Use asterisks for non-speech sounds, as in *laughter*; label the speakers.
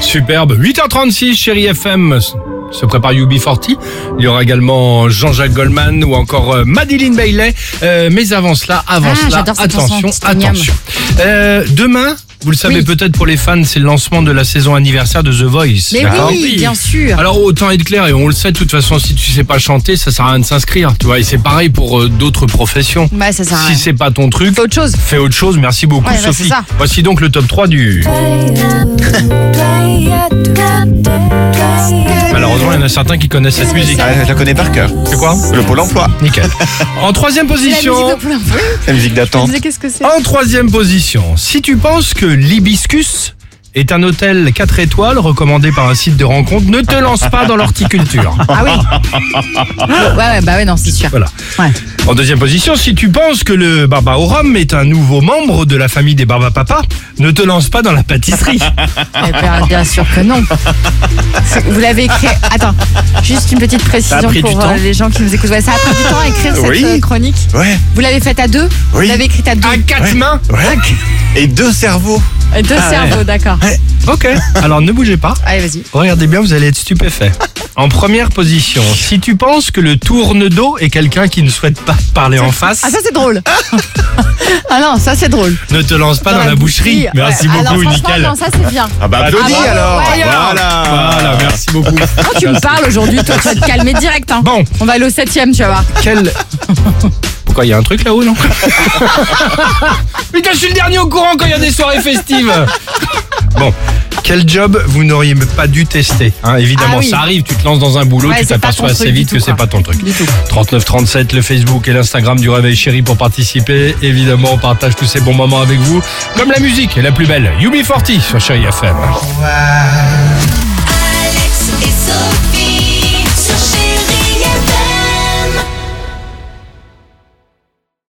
Speaker 1: Superbe. 8h36, chérie FM. Se prépare UB40. Il y aura également Jean-Jacques Goldman ou encore euh, Madeleine Bailey. Euh, mais avant cela, avant
Speaker 2: Ah,
Speaker 1: cela,
Speaker 2: j'adore cette
Speaker 1: attention,
Speaker 2: chanson, c'est miam.
Speaker 1: attention. Euh, demain, vous le savez
Speaker 2: Oui.
Speaker 1: peut-être pour les fans, c'est le lancement de la saison anniversaire de The Voice.
Speaker 2: Mais
Speaker 1: D'accord
Speaker 2: oui, bien sûr.
Speaker 1: Alors autant être clair et on le sait de toute façon si tu sais pas chanter ça sert à rien de s'inscrire tu vois et c'est pareil pour euh, d'autres professions.
Speaker 2: Ouais, Bah, ça sert à
Speaker 1: si
Speaker 2: rien.
Speaker 1: c'est pas ton truc,
Speaker 2: Fais autre chose.
Speaker 1: fais autre chose. Merci beaucoup
Speaker 2: Ouais, bah,
Speaker 1: Sophie.
Speaker 2: c'est ça.
Speaker 1: Voici donc le top 3 du Malheureusement, il y en a certains qui connaissent cette musique.
Speaker 3: Ah, je la connais par cœur.
Speaker 1: C'est quoi
Speaker 3: Le pôle emploi,
Speaker 1: Nickel. En troisième position,
Speaker 2: La musique de Poulain.
Speaker 3: la musique
Speaker 2: Je
Speaker 3: d'attente.
Speaker 2: disais, qu'est-ce que c'est Ah
Speaker 1: en troisième position, si tu penses que l'hibiscus est un hôtel 4 étoiles recommandé par un site de rencontre, ne te lance pas dans l'horticulture. *laughs*
Speaker 2: Ah oui. Ouais, ouais, bah ouais, non, c'est sûr.
Speaker 1: Voilà.
Speaker 2: Ouais.
Speaker 1: En deuxième position, si tu penses que le barba au rhum est un nouveau membre de la famille des barbapapas, ne te lance pas dans la
Speaker 2: *laughs*
Speaker 1: pâtisserie.
Speaker 2: Eh ben, bien sûr que non. C'est- Vous l'avez écrit. Attends, juste une petite
Speaker 1: Ça
Speaker 2: précision
Speaker 1: a pris du
Speaker 2: pour
Speaker 1: temps.
Speaker 2: euh, les gens qui nous écoutent. Ouais, ça a pris du temps à écrire cette
Speaker 3: Oui.
Speaker 2: euh, chronique.
Speaker 3: Ouais,
Speaker 2: Vous l'avez faite à deux
Speaker 3: Oui.
Speaker 2: Vous l'avez écrite à deux
Speaker 1: À quatre mains
Speaker 3: ouais. Et deux cerveaux.
Speaker 2: Euh,
Speaker 1: Ah
Speaker 2: Deux cerveaux, d'accord.
Speaker 1: Ok. Alors ne bougez pas.
Speaker 2: Allez, vas-y.
Speaker 1: Regardez bien, vous allez être stupéfait. En première position, si tu penses que le tourne d'eau est quelqu'un qui ne souhaite pas te parler en face,
Speaker 2: Ah, ça, c'est drôle. *laughs* ah non, ça, c'est drôle.
Speaker 1: ne te lance pas dans, la boucherie.
Speaker 2: ouais.
Speaker 1: Merci
Speaker 2: Ah non,
Speaker 1: beaucoup,
Speaker 2: franchement,
Speaker 1: nickel.
Speaker 2: Non, ça, c'est bien.
Speaker 3: Ah bah applaudis
Speaker 2: bravo,
Speaker 3: alors.
Speaker 2: ouais, alors.
Speaker 3: Voilà.
Speaker 1: Voilà, merci beaucoup.
Speaker 2: Quand tu me parles aujourd'hui, toi, tu vas te calmer direct. hein.
Speaker 1: Bon,
Speaker 2: On va aller au septième, tu vas voir.
Speaker 1: quel. Pourquoi il y a un truc là-haut, non *laughs* Putain, je suis le dernier au courant quand il y a des soirées festives Bon. Quel job vous n'auriez pas dû tester hein, Évidemment,
Speaker 2: Ah oui.
Speaker 1: ça arrive, tu te lances dans un boulot,
Speaker 2: Ouais,
Speaker 1: tu
Speaker 2: c'est pas
Speaker 1: t'aperçois
Speaker 2: ton truc
Speaker 1: assez
Speaker 2: du
Speaker 1: vite
Speaker 2: tout,
Speaker 1: que c'est pas
Speaker 2: quoi.
Speaker 1: ton truc.
Speaker 2: Du tout.
Speaker 1: 3937, le Facebook et l'Instagram du Réveil Chéri pour participer. Évidemment, on partage tous ces bons moments avec vous, comme la musique est la plus belle. UB40 sur Chéri FM.
Speaker 4: why